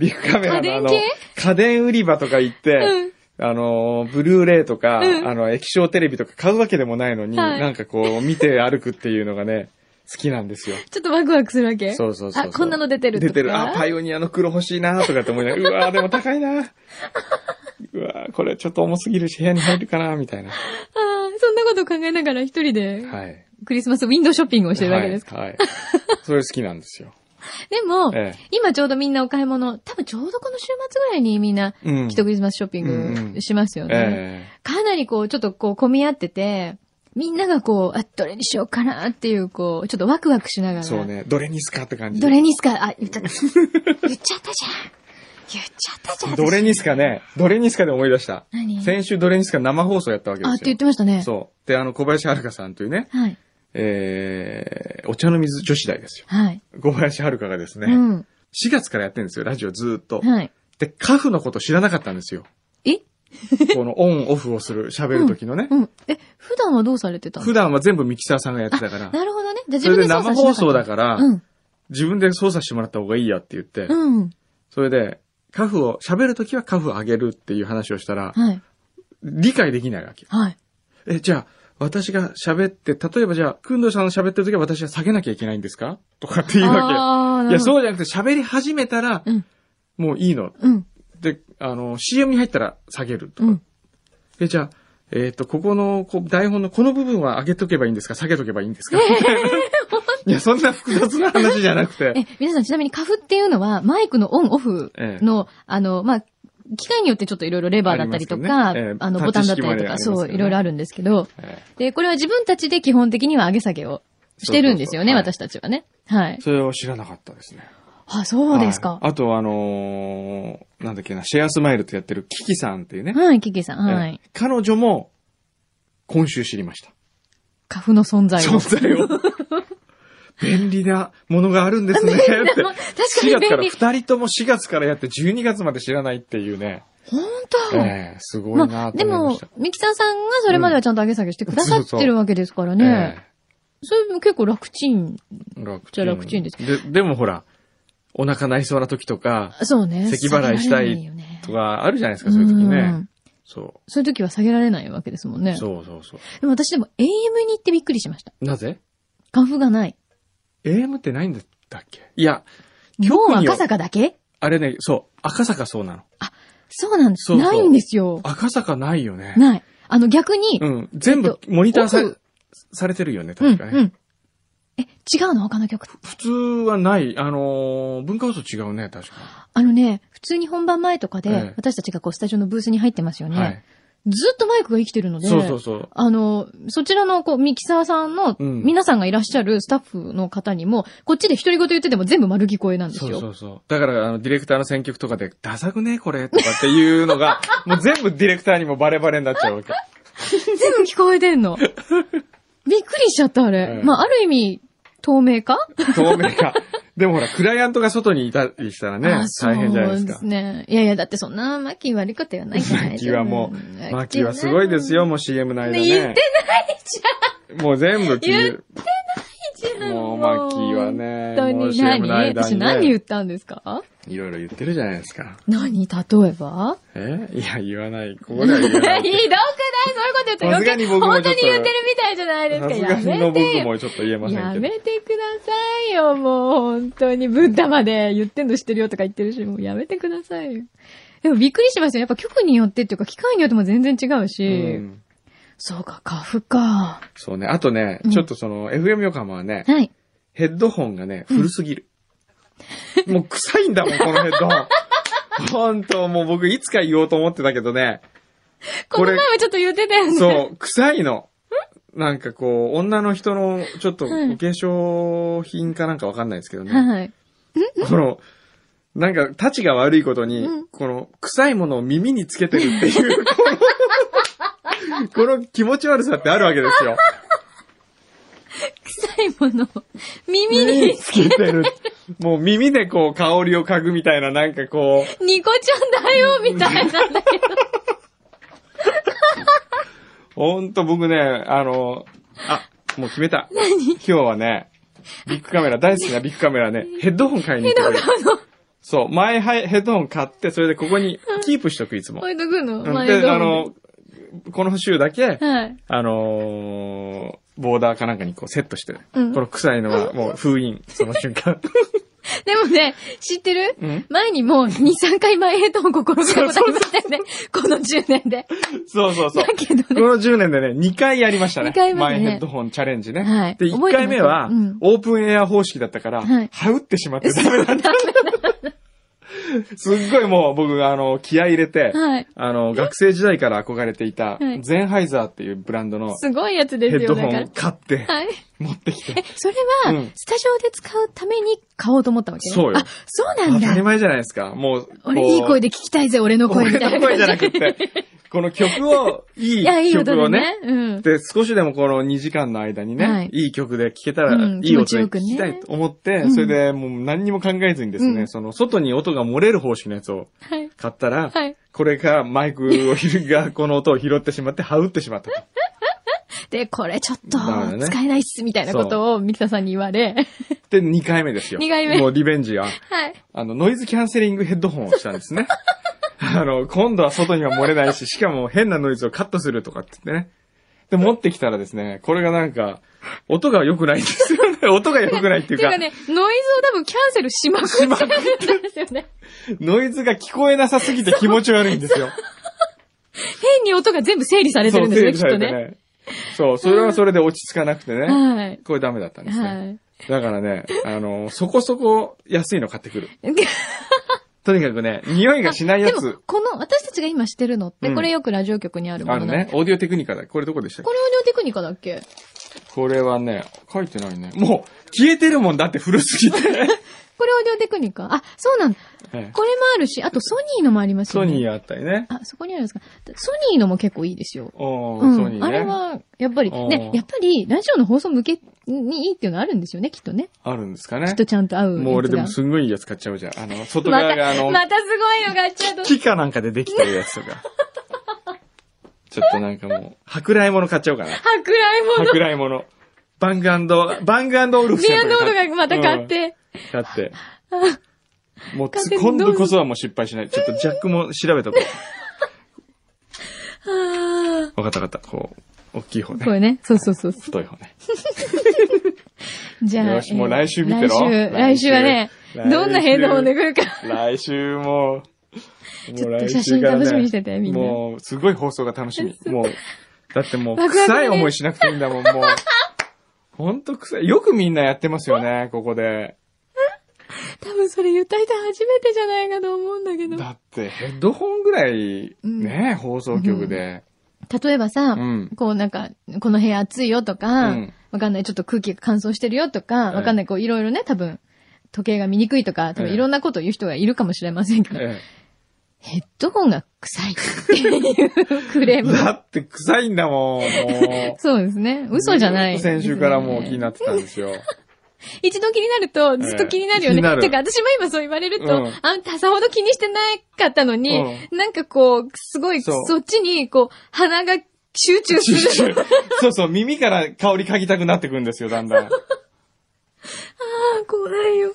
Speaker 2: ビッグカメラのあの
Speaker 3: 家電、
Speaker 2: 家電売り場とか行って、あの、ブルーレイとか、
Speaker 3: うん
Speaker 2: あの、液晶テレビとか買うわけでもないのに、
Speaker 3: はい
Speaker 2: なんかこう、見て歩くっていうのがね、好きなんですよ。
Speaker 3: ちょっとワクワクするわけ
Speaker 2: そうそうそうそう。
Speaker 3: あ、こんなの出てると
Speaker 2: 出
Speaker 3: か
Speaker 2: てる。あ、パイオニアの黒欲しいなとかって思いながら、う わーでも高いなうわーこれちょっと重すぎるし、部屋に入るかなみたいな。
Speaker 3: あーそんなこと考えながら一人で、
Speaker 2: はい。
Speaker 3: クリスマスウィンドウショッピングをしてるわけですか。
Speaker 2: はい。はい、それ好きなん ですよ。
Speaker 3: でも、
Speaker 2: ええ
Speaker 3: 今ちょうどみんなお買い物、多分ちょうどこの週末ぐらいにみんな、
Speaker 2: うん
Speaker 3: きっとクリスマスショッピ
Speaker 2: うん
Speaker 3: ン
Speaker 2: うん
Speaker 3: グしますよね。
Speaker 2: え
Speaker 3: かなりこう、ちょっとこう、混み合ってて、みんながこう、あ、どれにしようかなっていう、こう、ちょっとワクワクしなが
Speaker 2: え
Speaker 3: ら。
Speaker 2: そうね。どれにすかって感じ。
Speaker 3: どれにすか、あ、言っち ゃった。言っちゃったじゃん。言っちゃったじゃん。
Speaker 2: どれにすか
Speaker 3: ね。
Speaker 2: ね。どれにすかで思い出した。
Speaker 3: 何
Speaker 2: 先週どれにすか生放送やったわけですよ。
Speaker 3: あ、って言ってましたね。
Speaker 2: そう。で、あの、小林遥さんというね、
Speaker 3: はい。
Speaker 2: えー、お茶の水女子大ですよ。
Speaker 3: はい。
Speaker 2: 小林遥がですね、
Speaker 3: うん。
Speaker 2: 4月からやってるんですよ、ラジオずーっと。
Speaker 3: はい。
Speaker 2: で、カフのこと知らなかったん ですよ。
Speaker 3: え
Speaker 2: このオンオフをする、喋る時のね。
Speaker 3: うん。え、普段はどうされてたの
Speaker 2: 普段は全部ミキサーさんがやってたから、
Speaker 3: なるほどね。じゃあ
Speaker 2: そ
Speaker 3: 自
Speaker 2: れ
Speaker 3: 分
Speaker 2: で
Speaker 3: で操
Speaker 2: 生放
Speaker 3: 作しなかった
Speaker 2: 送だから、
Speaker 3: うん。
Speaker 2: 自分で操作してもらった方がいいやって言って、
Speaker 3: うん。
Speaker 2: それで、カフを、喋るときはカフを上げるっていう話をしたら、
Speaker 3: はい。
Speaker 2: 理解できないわけ。
Speaker 3: はい。
Speaker 2: え、じゃあ、私が喋って、例えばじゃあ、くんどうさんの喋ってるときは私は下げなきゃいけないんですかとかっていうわ
Speaker 3: あ
Speaker 2: け。い
Speaker 3: ー
Speaker 2: や、
Speaker 3: なるほ
Speaker 2: そうじゃなくて喋り始めたら、
Speaker 3: どうん。
Speaker 2: もういいの。
Speaker 3: うん。
Speaker 2: で、あの、CM に入ったら下げると
Speaker 3: う
Speaker 2: か。
Speaker 3: ん。
Speaker 2: え、じゃあ、えっ、と、ここの、こう台本のこの部分は上げとけばいいんですか下げとけばいいんですか、 いや、そんな複雑な話じゃなくて。
Speaker 3: え、皆さんちなみにカフっていうのは、マイクのオンオフの、あの、まあ、機械によってちょっといろいろレバーだったりと
Speaker 2: あ
Speaker 3: か、
Speaker 2: りま
Speaker 3: あ,、
Speaker 2: すよねええ
Speaker 3: の、
Speaker 2: タッ
Speaker 3: ボタン
Speaker 2: チ
Speaker 3: だっ
Speaker 2: 式
Speaker 3: たり
Speaker 2: まであり
Speaker 3: とか、
Speaker 2: ますよね
Speaker 3: そう、いろいろあるんですけど、
Speaker 2: え
Speaker 3: で、これは自分たちで基本的には上げ下げをしてるんですよね、
Speaker 2: そうそう
Speaker 3: 私たちはね。はい
Speaker 2: ー。それを知らなかったですね。
Speaker 3: あ、そうですか。
Speaker 2: はいあと、あのーなんだっけな、シェアスマイルとやってるキキさんっていうね。
Speaker 3: はい、キキさん、はい。
Speaker 2: えー彼女も、今週知りました。
Speaker 3: カフの存在
Speaker 2: 存
Speaker 3: を。
Speaker 2: 在 を。便利なものがあるんですね。って
Speaker 3: でも確かに
Speaker 2: 4月か
Speaker 3: 便
Speaker 2: ら、
Speaker 3: 利。
Speaker 2: 二人とも4月からやって12月まで知らないっていうね。
Speaker 3: 本当、
Speaker 2: ええすごい
Speaker 3: ま
Speaker 2: な
Speaker 3: あ、
Speaker 2: と
Speaker 3: で
Speaker 2: 思いま
Speaker 3: も
Speaker 2: した。、
Speaker 3: ミキさんさんがそれまではちゃんと上げ下げしてくださってるわけですからね。それも結構楽ちん。
Speaker 2: ええ楽
Speaker 3: じゃあ楽ちんです
Speaker 2: で、でもほら、お腹鳴りそうな時とか、
Speaker 3: そうね。
Speaker 2: 咳払いした
Speaker 3: 下げられない
Speaker 2: い
Speaker 3: よね
Speaker 2: とかあるじゃないですか、そういう時
Speaker 3: う
Speaker 2: ね
Speaker 3: ん。
Speaker 2: そ
Speaker 3: そういう時は下げられないわけですもん
Speaker 2: う。
Speaker 3: ね。
Speaker 2: そうそうそう。
Speaker 3: でも私でも AM に行ってびっくりしました。
Speaker 2: なぜ
Speaker 3: カフがない。
Speaker 2: ?AM ってないんだったっけいや、
Speaker 3: 日本
Speaker 2: によ
Speaker 3: 赤坂だけ
Speaker 2: あれね、そう、赤坂そうなの。
Speaker 3: そうなんです。
Speaker 2: そうそう
Speaker 3: ないんですよ。
Speaker 2: 赤坂ないよね。
Speaker 3: ない。あの逆に、
Speaker 2: うん。全部モニターさ,、
Speaker 3: 奥
Speaker 2: されてるよね、
Speaker 3: うん、う
Speaker 2: 確かね。
Speaker 3: ん。え、違うの他の曲って。
Speaker 2: 普通はない。あのー文化放送違うね、確か
Speaker 3: あのね、普通に本番前とかで、
Speaker 2: ええ
Speaker 3: 私たちがこうスタジオのブースに入ってますよ
Speaker 2: に。
Speaker 3: ね。
Speaker 2: はい。
Speaker 3: ずっとマイクが生きてるので、
Speaker 2: そうそうそう。
Speaker 3: あの、そちらの、こう、ミキサーさんの、
Speaker 2: うん
Speaker 3: 皆さんがいらっしゃるスタッフの方にも、こっちで独り言言ってても全部丸聞こえなんです
Speaker 2: そ
Speaker 3: よ。
Speaker 2: うそうそう。だから、あの、ディレクターの選曲とかで、ダサくねこれとかっていうのが、 もう全部ディレクターにもバレバレになっちゃうわけ。
Speaker 3: 全部聞こえてん の。びっくりしちゃった、あれ。
Speaker 2: うん
Speaker 3: まあ、ある意味、透明化
Speaker 2: 透明化。でもほら、クライアントが外にいたりしたらね
Speaker 3: あ、そう
Speaker 2: 大変じゃないですか
Speaker 3: で。ね。いやいや、だってそんな、マキ悪いこと言わないじゃない
Speaker 2: マキはもう、マキはすごいですよ、。もう CM の間ね。
Speaker 3: ね言って
Speaker 2: ないじゃんもう全部聞い
Speaker 3: 言って
Speaker 2: もうマキはね
Speaker 3: 本当
Speaker 2: もう
Speaker 3: に
Speaker 2: CM
Speaker 3: 何
Speaker 2: の間にね
Speaker 3: 私何言ったんですか
Speaker 2: いろいろ言ってるじゃないですか。
Speaker 3: 何例えば
Speaker 2: えいや、言わない。ここでは言わ
Speaker 3: ひどくな
Speaker 2: ないい
Speaker 3: そう。 いうこと言った
Speaker 2: さ
Speaker 3: ら
Speaker 2: すがに
Speaker 3: 余計
Speaker 2: 僕もちょっ
Speaker 3: 本
Speaker 2: と
Speaker 3: 当に言ってるみたいじゃないです
Speaker 2: さ
Speaker 3: か。
Speaker 2: す
Speaker 3: や
Speaker 2: がにの
Speaker 3: め
Speaker 2: 僕
Speaker 3: てよ。
Speaker 2: もちょっと言えません
Speaker 3: や
Speaker 2: けど。
Speaker 3: めてくださいよ、もう、本当に。ブッダまで言ってんの知ってるよとか言ってるし、もうやめてくださいよ。でもびっくりしましたよ。やっぱ局によってっていうか、機械によっても全然違うし。
Speaker 2: うん
Speaker 3: そうか、カフか。
Speaker 2: そうね。あとね
Speaker 3: うん、
Speaker 2: ちょっとその、FM 横浜はね、
Speaker 3: はい。
Speaker 2: ヘッドホンがね、古すぎる。もう臭いんだもん、このヘッドホン。 ほんと、もう僕いつか言おうと思ってたけどね。
Speaker 3: こ
Speaker 2: こ
Speaker 3: の
Speaker 2: れ
Speaker 3: 前もちょっと言ってたよね。
Speaker 2: そう、臭いの。なんかこう、女の人の、ちょっと、お化
Speaker 3: はい
Speaker 2: 粧品かなんかわかんないですけどね。
Speaker 3: はい。
Speaker 2: この、なんか、たちが悪いことに
Speaker 3: うん、
Speaker 2: この、臭いものを耳につけてるっていう、こ の、この気持ち悪さってあるわけですよ。
Speaker 3: 臭いものを耳につけ、
Speaker 2: てる。 もう耳でこう、香りを嗅ぐみたいな、なんかこう、
Speaker 3: ニコちゃんだよ、みたいなんだけど。
Speaker 2: ほんと僕ね、あの、あ、もう決めた。今日はね、ビッグカメラ、大好きなビッグカメラね、ヘッドホン買いに行ってくる。そう、前はいヘッドホン買って、それでここにキープしとく、いつも。
Speaker 3: 置いとくの
Speaker 2: で、
Speaker 3: 前どう
Speaker 2: あの、この週だけ、
Speaker 3: はい。
Speaker 2: あのーボーダーかなんかにこうセットして、
Speaker 3: うん
Speaker 2: この臭いのはもう封印、その瞬 間。
Speaker 3: でもね、知ってる
Speaker 2: うん
Speaker 3: 前にもう2、3回前ヘッドホン心がけたことありましたよね。この10年で。
Speaker 2: そうそうそう。
Speaker 3: だけどね
Speaker 2: この10年でね、2回やりましたね。
Speaker 3: 二回までね
Speaker 2: マイヘッドホンチャレンジね。
Speaker 3: はい
Speaker 2: で、
Speaker 3: 覚
Speaker 2: 1
Speaker 3: えてます
Speaker 2: 回目は、
Speaker 3: うん
Speaker 2: オープンエア方式だったから、
Speaker 3: はい
Speaker 2: はうってしまってダメだった。すっごいもう僕、あの、気合い入れて、
Speaker 3: はい
Speaker 2: あの、学生時代から憧れていた、
Speaker 3: はい
Speaker 2: ゼンハイザーっていうブランドの
Speaker 3: すごいやつで
Speaker 2: ヘ
Speaker 3: す
Speaker 2: ッド
Speaker 3: よ、だ
Speaker 2: ホ
Speaker 3: か
Speaker 2: ン
Speaker 3: ら
Speaker 2: を。買って、
Speaker 3: はい。
Speaker 2: 持ってきて
Speaker 3: え。、それ
Speaker 2: う
Speaker 3: は
Speaker 2: ん、
Speaker 3: スタジオで使うために買おうと思ったわけ
Speaker 2: そうよ
Speaker 3: あ、そうなん
Speaker 2: 当たり
Speaker 3: だ。
Speaker 2: 前じゃないですか。もう、
Speaker 3: 俺、いい声で聞きたいぜ、俺の声
Speaker 2: 声
Speaker 3: みたいな。
Speaker 2: の 声じゃなくて、この曲を、い
Speaker 3: いや、い
Speaker 2: い
Speaker 3: い
Speaker 2: 曲
Speaker 3: 音
Speaker 2: を
Speaker 3: で
Speaker 2: ね
Speaker 3: ね、。うん。
Speaker 2: で、少しでもこの2時間の間にね、
Speaker 3: はい
Speaker 2: い、い曲で聴けた
Speaker 3: う
Speaker 2: ら
Speaker 3: ん、
Speaker 2: いい音
Speaker 3: 気持ち
Speaker 2: で
Speaker 3: よ
Speaker 2: 聴
Speaker 3: くね
Speaker 2: きたいと思って、
Speaker 3: うん
Speaker 2: それでもう何にも考えずにですね、
Speaker 3: うん
Speaker 2: その外に音が漏れる方式のやつを
Speaker 3: はい。
Speaker 2: 買ったら、
Speaker 3: はい
Speaker 2: これがマイクをがこの音を拾ってしま って、はうってしまったと。
Speaker 3: で、これちょっと
Speaker 2: だから、ね
Speaker 3: 使えないっす、みたいなことを、ミキサさんに言われ。
Speaker 2: で、2回目ですよ。
Speaker 3: 二回目
Speaker 2: もうリベンジは、
Speaker 3: はい。
Speaker 2: あの、ノイズキャンセリングヘッドホンをしたんですね。 あの、今度は外には漏れないし、しかも変なノイズをカットするとかって言ってね。で、持ってきたらですね、これがなんか、音が良くないんですよね。音が良くないっていう
Speaker 3: てい
Speaker 2: か
Speaker 3: うか、ね、ノイズを多分キャンセルしまくってるんですよね。
Speaker 2: ノイズが聞こえなさすぎて気持ち悪いんです よ。
Speaker 3: 変に音が全部整理されてるんです
Speaker 2: 整
Speaker 3: よ、
Speaker 2: 理
Speaker 3: きっ
Speaker 2: され
Speaker 3: と
Speaker 2: て
Speaker 3: ね。
Speaker 2: ね。そう、それはそれで落ち着かなくてね。
Speaker 3: はい。
Speaker 2: これダメだったんです
Speaker 3: は
Speaker 2: ね。
Speaker 3: い。
Speaker 2: だからね、あの、そこそこ安いの買ってくる。とにかくね、匂いがしないや
Speaker 3: でも
Speaker 2: つ。、
Speaker 3: この、私たちが今してるのって、
Speaker 2: うん
Speaker 3: これよくラジオ局にあるも
Speaker 2: あ
Speaker 3: の
Speaker 2: の
Speaker 3: だ。
Speaker 2: ね、オーディオテクニカだ。これどこでしたっ
Speaker 3: これオーディオテクニカだっけ
Speaker 2: けこれはね、書いてないね。もう、消えてるもんだって古すぎて。
Speaker 3: これオーディオテクニカあ、そうなんだ。
Speaker 2: ええ
Speaker 3: これもあるし、あとソニーのもあります
Speaker 2: ソ
Speaker 3: よね。
Speaker 2: ニ
Speaker 3: ー。
Speaker 2: ーあったりね。
Speaker 3: あ、そこにあるんですか。ソニーのも結構いいですよ。
Speaker 2: お
Speaker 3: う
Speaker 2: ー、ソニ
Speaker 3: ん。あれ
Speaker 2: ーね。
Speaker 3: は、やっぱり、
Speaker 2: おー
Speaker 3: ね、やっぱり、ラジオの放送向けにいいっていうのあるんですよね、きっとね。
Speaker 2: あるんですか
Speaker 3: き
Speaker 2: ね
Speaker 3: っ。とちゃんと合うやつが。
Speaker 2: もう俺でもすんごいいいやつ買っちゃうじゃん。あの、外
Speaker 3: ま
Speaker 2: 側があ
Speaker 3: た、
Speaker 2: の、
Speaker 3: またすごいのがちょっと。
Speaker 2: 木かなんかでできてるやつとか。 ちょっとなんかもう、舶来物買っちゃおうかな。
Speaker 3: 舶来物。
Speaker 2: 舶来物。バング バングオルフ
Speaker 3: ビ
Speaker 2: セ
Speaker 3: ア
Speaker 2: ン
Speaker 3: ンド
Speaker 2: と
Speaker 3: ー
Speaker 2: か
Speaker 3: ルがまた買っ
Speaker 2: うん
Speaker 3: て。
Speaker 2: 買 って。もう
Speaker 3: 買っ
Speaker 2: つ、
Speaker 3: て
Speaker 2: 今度こそはもう失敗しない。ちょっとジャックも調べとこ
Speaker 3: あ
Speaker 2: う。わかったわかった。こう、大きい方
Speaker 3: ーこ
Speaker 2: ね。
Speaker 3: れね。そうそうそうそ
Speaker 2: 太い方ね。
Speaker 3: う。じゃあ。
Speaker 2: よし
Speaker 3: えー
Speaker 2: もう来週見てろ
Speaker 3: 来週、来
Speaker 2: 来
Speaker 3: 週
Speaker 2: 週
Speaker 3: はね、
Speaker 2: 来週
Speaker 3: どんなヘッドホンで来るか。
Speaker 2: 来週もう、もう来
Speaker 3: ちょっと写真楽しみにしててみんな
Speaker 2: もう、すごい放送が楽 しみ。もう、だってもう、
Speaker 3: ワクワクね
Speaker 2: 臭い思いしなくていいんだもん、もう。 ほんと臭い。よくみんなやってますよね、ここで。
Speaker 3: 多分それ言った人初めてじゃないかと思うんだけど。
Speaker 2: だって、ヘッドホンぐらい、ね、放送局で、
Speaker 3: 例えばさ、
Speaker 2: うん
Speaker 3: こうなんか、この部屋暑いよとか、
Speaker 2: うん
Speaker 3: わかんない、ちょっと空気が乾燥してるよとか、わかんない、こういろいろね、多分、時計が見にくいとか、多分
Speaker 2: ええ
Speaker 3: いろんなことを言う人がいるかもしれませんけど、
Speaker 2: え
Speaker 3: ヘッドホンが臭いっていうク
Speaker 2: え
Speaker 3: レーム。
Speaker 2: だって臭いんだもん、もう。
Speaker 3: そうですね。 嘘じゃない、
Speaker 2: 先週からもう気に
Speaker 3: る。
Speaker 2: なってたんですよ。
Speaker 3: 一度気になると、ずっと気になるよ
Speaker 2: ええ気
Speaker 3: ね。
Speaker 2: になる
Speaker 3: てか、私も今そう言われると、
Speaker 2: うん
Speaker 3: あんたさほど気にしてなかったのに、なんかこう、すごい、
Speaker 2: そ
Speaker 3: そうっちに、こう、鼻が集中する。
Speaker 2: そうそう、耳から香り嗅ぎたくなってくるんですよ、だんだん。
Speaker 3: あー怖いよ。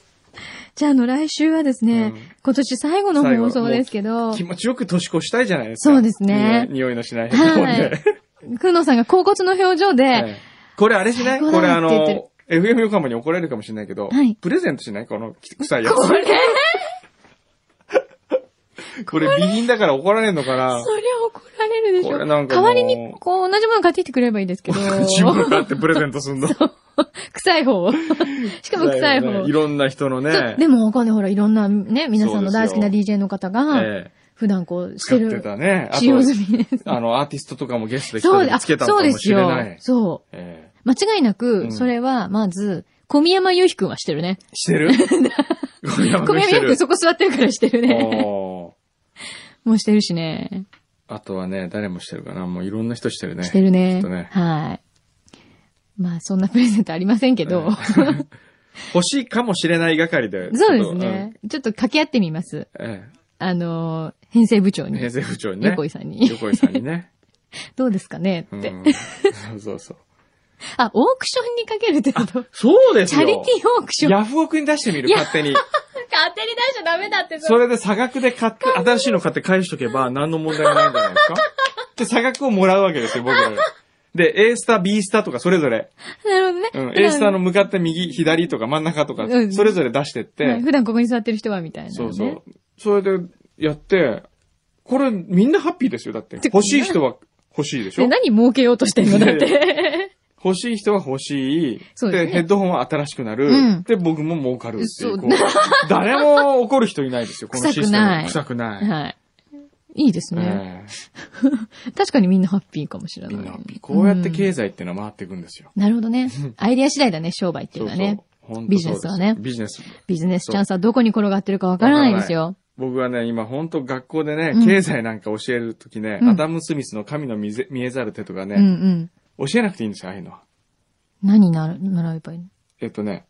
Speaker 3: じゃあ、あの、来週はですね、
Speaker 2: うん
Speaker 3: 今年最後の
Speaker 2: 最後
Speaker 3: 放送ですけど、
Speaker 2: 気持ちよく年越したいじゃないですか。
Speaker 3: そうですね
Speaker 2: 匂い匂いのしないヘッドホン
Speaker 3: は
Speaker 2: で。
Speaker 3: い。くのさんが甲骨の表情で、
Speaker 2: ええこれあれしない
Speaker 3: 最高
Speaker 2: これ
Speaker 3: だ
Speaker 2: あ
Speaker 3: なって言ってる
Speaker 2: の、FM 横浜に怒られるかもしれないけど
Speaker 3: はい、
Speaker 2: プレゼントしないこの臭いや
Speaker 3: これ、
Speaker 2: つ。これ備品だから怒られるのかな
Speaker 3: そりゃ怒られるでし
Speaker 2: これ
Speaker 3: ょ。
Speaker 2: なんか
Speaker 3: 代
Speaker 2: もう
Speaker 3: わりに、こう、同じもの買ってきてくれればいいですけど、
Speaker 2: 自分だってプレゼントすんの。
Speaker 3: 臭い方を。しかも臭い方
Speaker 2: ねいろんな人の
Speaker 3: そう
Speaker 2: ね。
Speaker 3: でも、わかんない。ほら、いろんなね、皆さんの大好きな
Speaker 2: そうで
Speaker 3: DJ の方が、
Speaker 2: ええ
Speaker 3: 普段こう、し
Speaker 2: 使
Speaker 3: て
Speaker 2: って
Speaker 3: る、
Speaker 2: たね。あ
Speaker 3: 使用済
Speaker 2: と、
Speaker 3: みです。
Speaker 2: あの、アーティストとかもゲストで来
Speaker 3: そ
Speaker 2: た
Speaker 3: うで、
Speaker 2: 時
Speaker 3: あ
Speaker 2: つけたの
Speaker 3: そう
Speaker 2: か
Speaker 3: で
Speaker 2: も
Speaker 3: す
Speaker 2: しれ
Speaker 3: よ
Speaker 2: ない。。
Speaker 3: そう。
Speaker 2: ええ
Speaker 3: 間違いなく、
Speaker 2: うん
Speaker 3: それは、まず、小宮山由紀くんはしてるね。
Speaker 2: して る小宮山
Speaker 3: 小宮
Speaker 2: 君して
Speaker 3: 山由紀く
Speaker 2: る
Speaker 3: ん。そこ座ってるからしてるね。
Speaker 2: おー
Speaker 3: もうしてるしね。
Speaker 2: あとはね、誰もしてるかな。もういろんな人してるね。
Speaker 3: してる
Speaker 2: き
Speaker 3: ね
Speaker 2: っとね。
Speaker 3: はい。まあ、そんなプレゼントありませんけど。
Speaker 2: 欲しいかもしれない係で。
Speaker 3: そうですね。ちょっと掛け合ってみます。
Speaker 2: ちょっと。うんえ
Speaker 3: あのー、編成部長
Speaker 2: え。
Speaker 3: に
Speaker 2: 平。成部長にね。
Speaker 3: 横井さんに。
Speaker 2: 横井さんにね。
Speaker 3: どうですかね
Speaker 2: う
Speaker 3: っ
Speaker 2: ん
Speaker 3: て。
Speaker 2: そうそうそう。
Speaker 3: あ、オークションにかけるってこと
Speaker 2: そうです
Speaker 3: チ
Speaker 2: よ。
Speaker 3: ャリティーオークション。
Speaker 2: ヤフオクに出してみる、
Speaker 3: いや
Speaker 2: 勝手に。
Speaker 3: 勝手に出しちゃダメだって、
Speaker 2: それで差額で買っ て、新しいの買って返しとけば何の問題もないんじゃないですかで、差額をもらうわけですよ、僕らが。で、A スター、B スターとかそれぞれ。
Speaker 3: なるほどね。
Speaker 2: うん。A スターの向かって右、左とか真ん中とか
Speaker 3: う、ん
Speaker 2: それぞれ出してっ
Speaker 3: はい
Speaker 2: て。
Speaker 3: 普段ここに座ってる人は、みたいな、ね。
Speaker 2: そうそう。それでやって、これみんなハッピーですよ、だって。欲しい人は欲しいでしょ
Speaker 3: で何儲けようとしてんのだっ
Speaker 2: いや
Speaker 3: て。
Speaker 2: 欲しい人は欲しい。
Speaker 3: そうですね
Speaker 2: ヘッドホンは新しくなる。
Speaker 3: うん
Speaker 2: で、僕も儲かるってい
Speaker 3: そう
Speaker 2: う。こう誰も怒る人いないですよ、このシステム。
Speaker 3: 臭くない
Speaker 2: 臭くない。
Speaker 3: はい。いいですね。
Speaker 2: え
Speaker 3: 確かにみんなハッピーかもしれ
Speaker 2: え
Speaker 3: な
Speaker 2: み
Speaker 3: い。
Speaker 2: んな、こうやって
Speaker 3: 営、
Speaker 2: 経済ってのは回っていくんですよ。
Speaker 3: なるほどね。アイデア次第だね、商売っていうのはね。
Speaker 2: そうそう
Speaker 3: ビジネスはね
Speaker 2: 本当そうですビジネス。
Speaker 3: ビジネスチャンスはどこに転がってるかわからないですよ。
Speaker 2: 僕はね、今本当学校でね
Speaker 3: うん、
Speaker 2: 経済なんか教えるときね、
Speaker 3: うん
Speaker 2: アダム・スミスの神の見ぜ見えざる手とか
Speaker 3: うんう
Speaker 2: ね、
Speaker 3: ん。
Speaker 2: 教えなくていいんですよ、ああいうのは。
Speaker 3: 何なら、習えばいいの
Speaker 2: えっとね、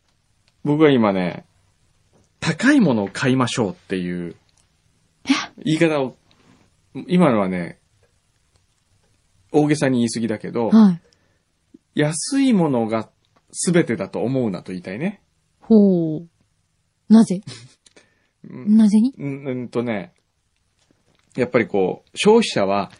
Speaker 2: 僕は今ね、高いものを買いましょうっていう、言い方を、今のはね、大げさに言い過ぎだけど、
Speaker 3: はい。
Speaker 2: 安いものが全てだと思うなと言いたいね。
Speaker 3: ほう。なぜ
Speaker 2: うん
Speaker 3: なぜに
Speaker 2: うんうんとね、やっぱりこう、消費者は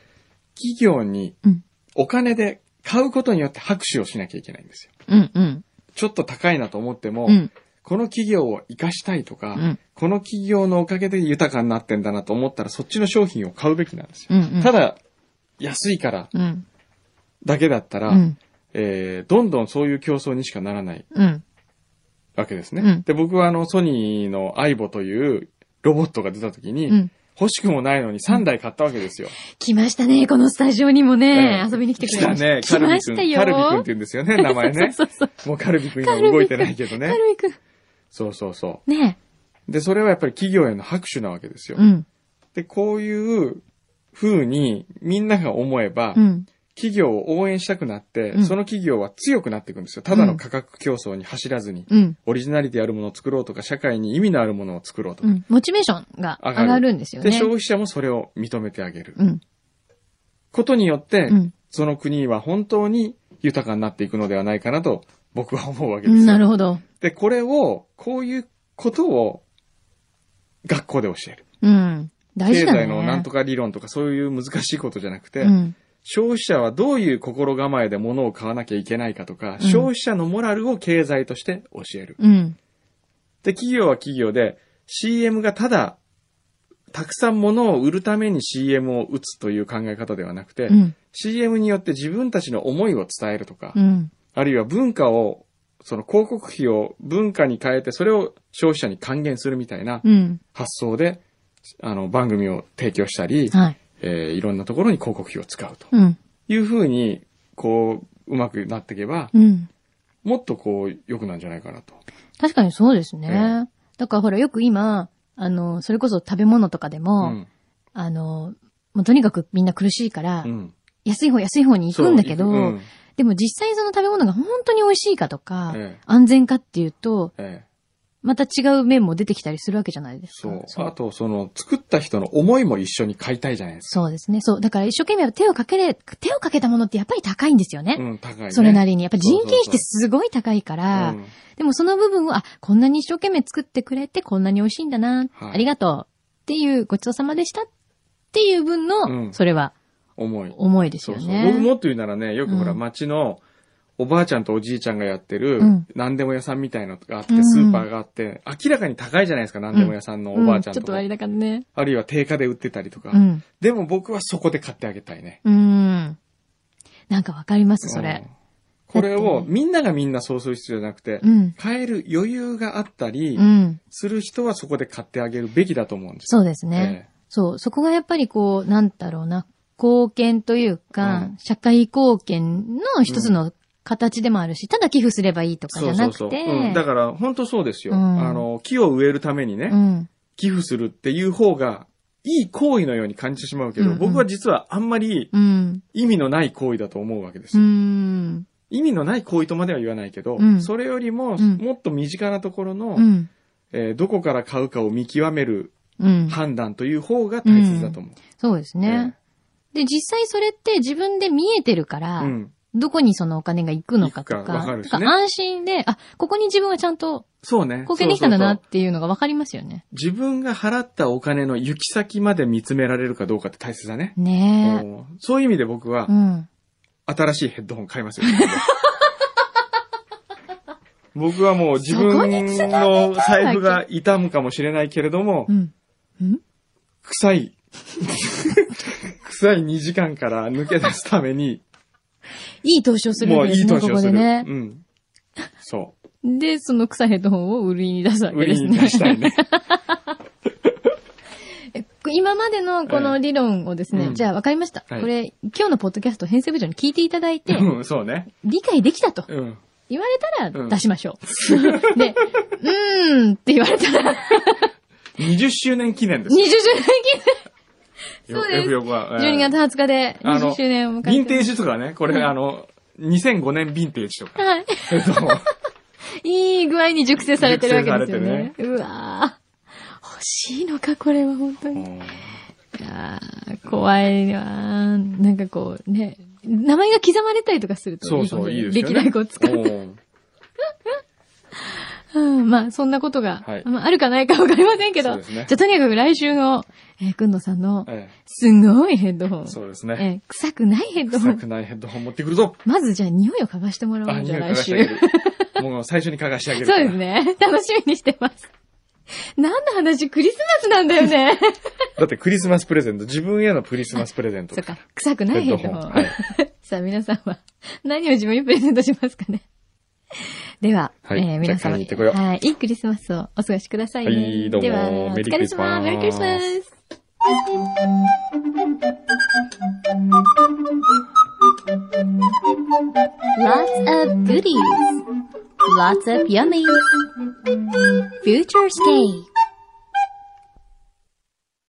Speaker 2: 企業に
Speaker 3: うん
Speaker 2: お金で買うことによって拍手をしなきゃいけないんですよ。
Speaker 3: うんうん。
Speaker 2: ちょっと高いなと思っても、
Speaker 3: うん。
Speaker 2: この企業を活かしたいとか、
Speaker 3: うん
Speaker 2: この企業のおかげで豊かになってんだなと思ったらそっちの商品を買うべきなんですよ。
Speaker 3: うんうん。
Speaker 2: ただ、安いから
Speaker 3: うん。
Speaker 2: だけだった
Speaker 3: う
Speaker 2: ら、
Speaker 3: ん。
Speaker 2: えーどんどんそういう競争にしかならない
Speaker 3: うん。
Speaker 2: わけですね。
Speaker 3: うん
Speaker 2: で、僕はあの、ソニーのアイボというロボットが出た時に、
Speaker 3: うん。
Speaker 2: 欲しくもないのに3台買ったわけですよ。
Speaker 3: 来ましたね、このスタジオにもね
Speaker 2: え、え
Speaker 3: 遊びに来てくれました。
Speaker 2: ね。
Speaker 3: 来ましたよ。
Speaker 2: カルビ君カルビ君って言うんですよ ね、名前ね。
Speaker 3: そうそうそう。
Speaker 2: もうカルビ君今動いてないけど
Speaker 3: カ
Speaker 2: ね。
Speaker 3: ルビ君。
Speaker 2: そうそうそ
Speaker 3: ね
Speaker 2: う。で、それはやっぱり企業への拍手なわけですよ。
Speaker 3: うん。
Speaker 2: で、こういう風にみんなが思えば、
Speaker 3: うん。
Speaker 2: 企業を応援したくなって、
Speaker 3: うん
Speaker 2: その企業は強くなっていくんですよ。ただの価格競争に走らずに。
Speaker 3: うん。
Speaker 2: オリジナリティあるものを作ろうとか、社会に意味のあるものを作ろうと
Speaker 3: う
Speaker 2: か。
Speaker 3: ん。モチベーションが上がるんですよ
Speaker 2: で、
Speaker 3: ね。
Speaker 2: 消費者もそれを認めてあげる。
Speaker 3: うん。
Speaker 2: ことによって、
Speaker 3: うん
Speaker 2: その国は本当に豊かになっていくのではないかなと僕は思うわけ
Speaker 3: う
Speaker 2: ですよ。
Speaker 3: ん。なるほど。
Speaker 2: で、これを、こういうことを学校で教える。
Speaker 3: うん。大事
Speaker 2: 経
Speaker 3: だね。
Speaker 2: 済のなんとか理論とかそういう難しいことじゃなくて、
Speaker 3: うん。
Speaker 2: 消費者はどういう心構えで物を買わなきゃいけないかとか、
Speaker 3: うん
Speaker 2: 消費者のモラルを経済として教える。
Speaker 3: うん。
Speaker 2: で、企業は企業で CM がただ、たくさん物を売るために CM を打つという考え方ではなくて、
Speaker 3: うん
Speaker 2: CM によって自分たちの思いを伝えるとか、
Speaker 3: うん。
Speaker 2: あるいは文化を、その広告費を文化に変えて、それを消費者に還元するみたいな
Speaker 3: うん。
Speaker 2: 発想で、あの、番組を提供したり、
Speaker 3: はい。
Speaker 2: えーいろんなところに広告費を使うと。
Speaker 3: うん。
Speaker 2: いうふうに、こう、うまくなっていけば、
Speaker 3: うん。
Speaker 2: もっとこう、良くなんじゃないかなと。
Speaker 3: 確かにそうですね。
Speaker 2: え
Speaker 3: だからほら、よく今、あの、それこそ食べ物とかで
Speaker 2: う
Speaker 3: も、
Speaker 2: ん。
Speaker 3: あの、もうとにかくみんな苦しいから、
Speaker 2: うん。
Speaker 3: 安い方安い方に行くんだけど、
Speaker 2: そううん
Speaker 3: でも実際その食べ物が本当に美味しいかとか、
Speaker 2: ええ
Speaker 3: 安全かっていうと、
Speaker 2: ええ
Speaker 3: また違う面も出てきたりするわけじゃないですか。
Speaker 2: そう。あと、その、作った人の思いも一緒に買いたいじゃないです
Speaker 3: そうですね。そう。だから一生懸命手をかけれ、手をかけたものってやっぱり高いんですよね。
Speaker 2: か。うん、高い、ね。
Speaker 3: それなりに。やっぱ人件費って
Speaker 2: そう
Speaker 3: すごい高いか
Speaker 2: そう
Speaker 3: ら、
Speaker 2: そううん
Speaker 3: でもその部分を、あ、こんなに一生懸命作ってくれて、こんなに美味しいんだな、
Speaker 2: はい
Speaker 3: ありがとうっていう、ごちそうさまでしたっていう分の、
Speaker 2: うん
Speaker 3: それは
Speaker 2: 重い。
Speaker 3: 重いです
Speaker 2: そ
Speaker 3: よ
Speaker 2: う
Speaker 3: ね。
Speaker 2: そう。僕もっと言うならね、よくほら、
Speaker 3: うん
Speaker 2: 町の、おばあちゃんとおじいちゃんがやってる
Speaker 3: うん、
Speaker 2: 何でも屋さんみたいのがあっ
Speaker 3: う
Speaker 2: て、
Speaker 3: ん
Speaker 2: スーパーがあって、明らかに高いじゃないですか、何でも屋さんのおばあちゃん
Speaker 3: うち
Speaker 2: と
Speaker 3: ょっと
Speaker 2: か。
Speaker 3: 割高だね。
Speaker 2: あるいは定価で売ってたりとか
Speaker 3: う。ん。
Speaker 2: でも僕はそこで買ってあげたいね。
Speaker 3: うん。なんかわかります、それ
Speaker 2: うん。。これ
Speaker 3: だっ
Speaker 2: を、
Speaker 3: て
Speaker 2: みんながみんなそうする必要じゃなくて
Speaker 3: う、ん。
Speaker 2: 買える余裕があったり
Speaker 3: う、ん。
Speaker 2: する人はそこで買ってあげるべきだと思うんですよ。
Speaker 3: そうですね。そう、そこがやっぱりこう、なんだろうな、貢献というか、
Speaker 2: うん
Speaker 3: 社会貢献の一つの形でもあるし、ただ寄付すればいいとかじ
Speaker 2: そ
Speaker 3: ゃ
Speaker 2: うそ
Speaker 3: な
Speaker 2: う
Speaker 3: くて、
Speaker 2: そう。うんだから、本当そうですよ。
Speaker 3: うん
Speaker 2: あの、木を植えるためにね、
Speaker 3: うん。
Speaker 2: 寄付するっていう方が、いい行為のように感じてしまうけど、
Speaker 3: うんうん
Speaker 2: 僕は実はあんまり
Speaker 3: うん。
Speaker 2: 意味のない行為だと思うわけです
Speaker 3: う
Speaker 2: よ。
Speaker 3: ん。
Speaker 2: 意味のない行為とまでは言わないけど、
Speaker 3: うん
Speaker 2: それよりも、
Speaker 3: うん
Speaker 2: もっと身近なところの、
Speaker 3: うん。
Speaker 2: えーどこから買うかを見極める
Speaker 3: うん。
Speaker 2: 判断という方が大切だと思う。
Speaker 3: そうですね。で、実際それって自分で見えてるから、
Speaker 2: えーうん。
Speaker 3: どこにそのお金が行くのかと
Speaker 2: 行
Speaker 3: か、
Speaker 2: くかわかるしね
Speaker 3: だから安心で、あ、ここに自分はちゃんと
Speaker 2: そうね。
Speaker 3: 貢献できたんだな
Speaker 2: そう
Speaker 3: っ
Speaker 2: そうそう
Speaker 3: ていうのがわかりますよね。
Speaker 2: 自分が払ったお金の行き先まで見つめられるかどうかって大切だね。
Speaker 3: ね
Speaker 2: うんそういう意味で僕は
Speaker 3: え。う、ん。
Speaker 2: 新しいヘッドホン買います よ。僕はもう自分
Speaker 3: そこに繋げたいわ
Speaker 2: の
Speaker 3: け
Speaker 2: 財布が痛むかもしれないけれども
Speaker 3: う、ん。うん
Speaker 2: 臭い、臭い2時間から抜け出すために、
Speaker 3: いい投資をする
Speaker 2: も
Speaker 3: ん
Speaker 2: う
Speaker 3: で
Speaker 2: い
Speaker 3: す
Speaker 2: い
Speaker 3: ね、
Speaker 2: 投
Speaker 3: こ
Speaker 2: 資を
Speaker 3: こ
Speaker 2: す
Speaker 3: で
Speaker 2: る。
Speaker 3: ね
Speaker 2: う。ん。そ
Speaker 3: で、その草ヘッドホンを売りに出すわ
Speaker 2: う。
Speaker 3: け
Speaker 2: 売
Speaker 3: で
Speaker 2: り
Speaker 3: す
Speaker 2: に出
Speaker 3: ね
Speaker 2: し。たいね。
Speaker 3: 今までのこの理論をですね、
Speaker 2: うん
Speaker 3: じゃあ分かりました。
Speaker 2: はい
Speaker 3: これ、今日のポッドキャスト編成部長に聞いていただいて、
Speaker 2: うん、そうね。
Speaker 3: 理解できたと
Speaker 2: うん。
Speaker 3: 言われた
Speaker 2: う
Speaker 3: ら
Speaker 2: ん
Speaker 3: 出しましょ う。で、うーんって言われたら、
Speaker 2: 20周年記念で
Speaker 3: 20周
Speaker 2: す。
Speaker 3: 年記
Speaker 2: よ
Speaker 3: そうです
Speaker 2: F 横は。えー
Speaker 3: 念、12月20日で
Speaker 2: あの
Speaker 3: 20周年を迎えて。
Speaker 2: ヴィンテージとかね、これあの、2005年ヴィンテージとか。
Speaker 3: はい。
Speaker 2: えっと
Speaker 3: いい具合に熟成されてるわけですよね
Speaker 2: 熟。
Speaker 3: うわー欲しいのか、これは本当に。いやー怖いわー。なんかこうね、名前が刻まれたりとかすると
Speaker 2: そうそう、いいですよね。
Speaker 3: 歴代語を使う。
Speaker 2: うん
Speaker 3: うん、まあ、そんなことが、
Speaker 2: はい
Speaker 3: まあ、あるかないかわかりませんけど、
Speaker 2: そうですね
Speaker 3: じゃあとにかく来週の、えー、くんのさんの、
Speaker 2: え
Speaker 3: すごいヘッドホン
Speaker 2: え、。そうです
Speaker 3: え
Speaker 2: ね。
Speaker 3: ー臭くないヘッドホ
Speaker 2: 臭
Speaker 3: ン。
Speaker 2: くないヘッドホン持ってくるぞ
Speaker 3: まずじゃあ匂いを嗅がしてもらお
Speaker 2: あ、
Speaker 3: う。じゃ
Speaker 2: 匂
Speaker 3: あ
Speaker 2: い嗅が
Speaker 3: 来
Speaker 2: して
Speaker 3: 週
Speaker 2: あ。げる。もう最初に嗅がしてあげるか
Speaker 3: そ
Speaker 2: ら。
Speaker 3: うですね。楽しみにしてます。何の話クリスマスなんだよね。
Speaker 2: だってクリスマスプレゼント、自分へのクリスマスプレゼント
Speaker 3: そ
Speaker 2: だら
Speaker 3: っか、臭くないヘッドホン。
Speaker 2: はい。
Speaker 3: さあ皆さんは 何を自分にプレゼントしますかね。 では、
Speaker 2: はい
Speaker 3: えー
Speaker 2: じ
Speaker 3: 皆様
Speaker 2: ゃあ買いに行ってこよう
Speaker 3: はい、いいクリスマスをお過ごしくださいね。
Speaker 2: はいどうも
Speaker 3: では、お
Speaker 2: メリー
Speaker 3: 疲
Speaker 2: ク
Speaker 3: れ
Speaker 2: リスマ
Speaker 3: 様。
Speaker 2: ス
Speaker 3: メリークリスマス。Lots of goodies. Lots of yummies. Futurescape.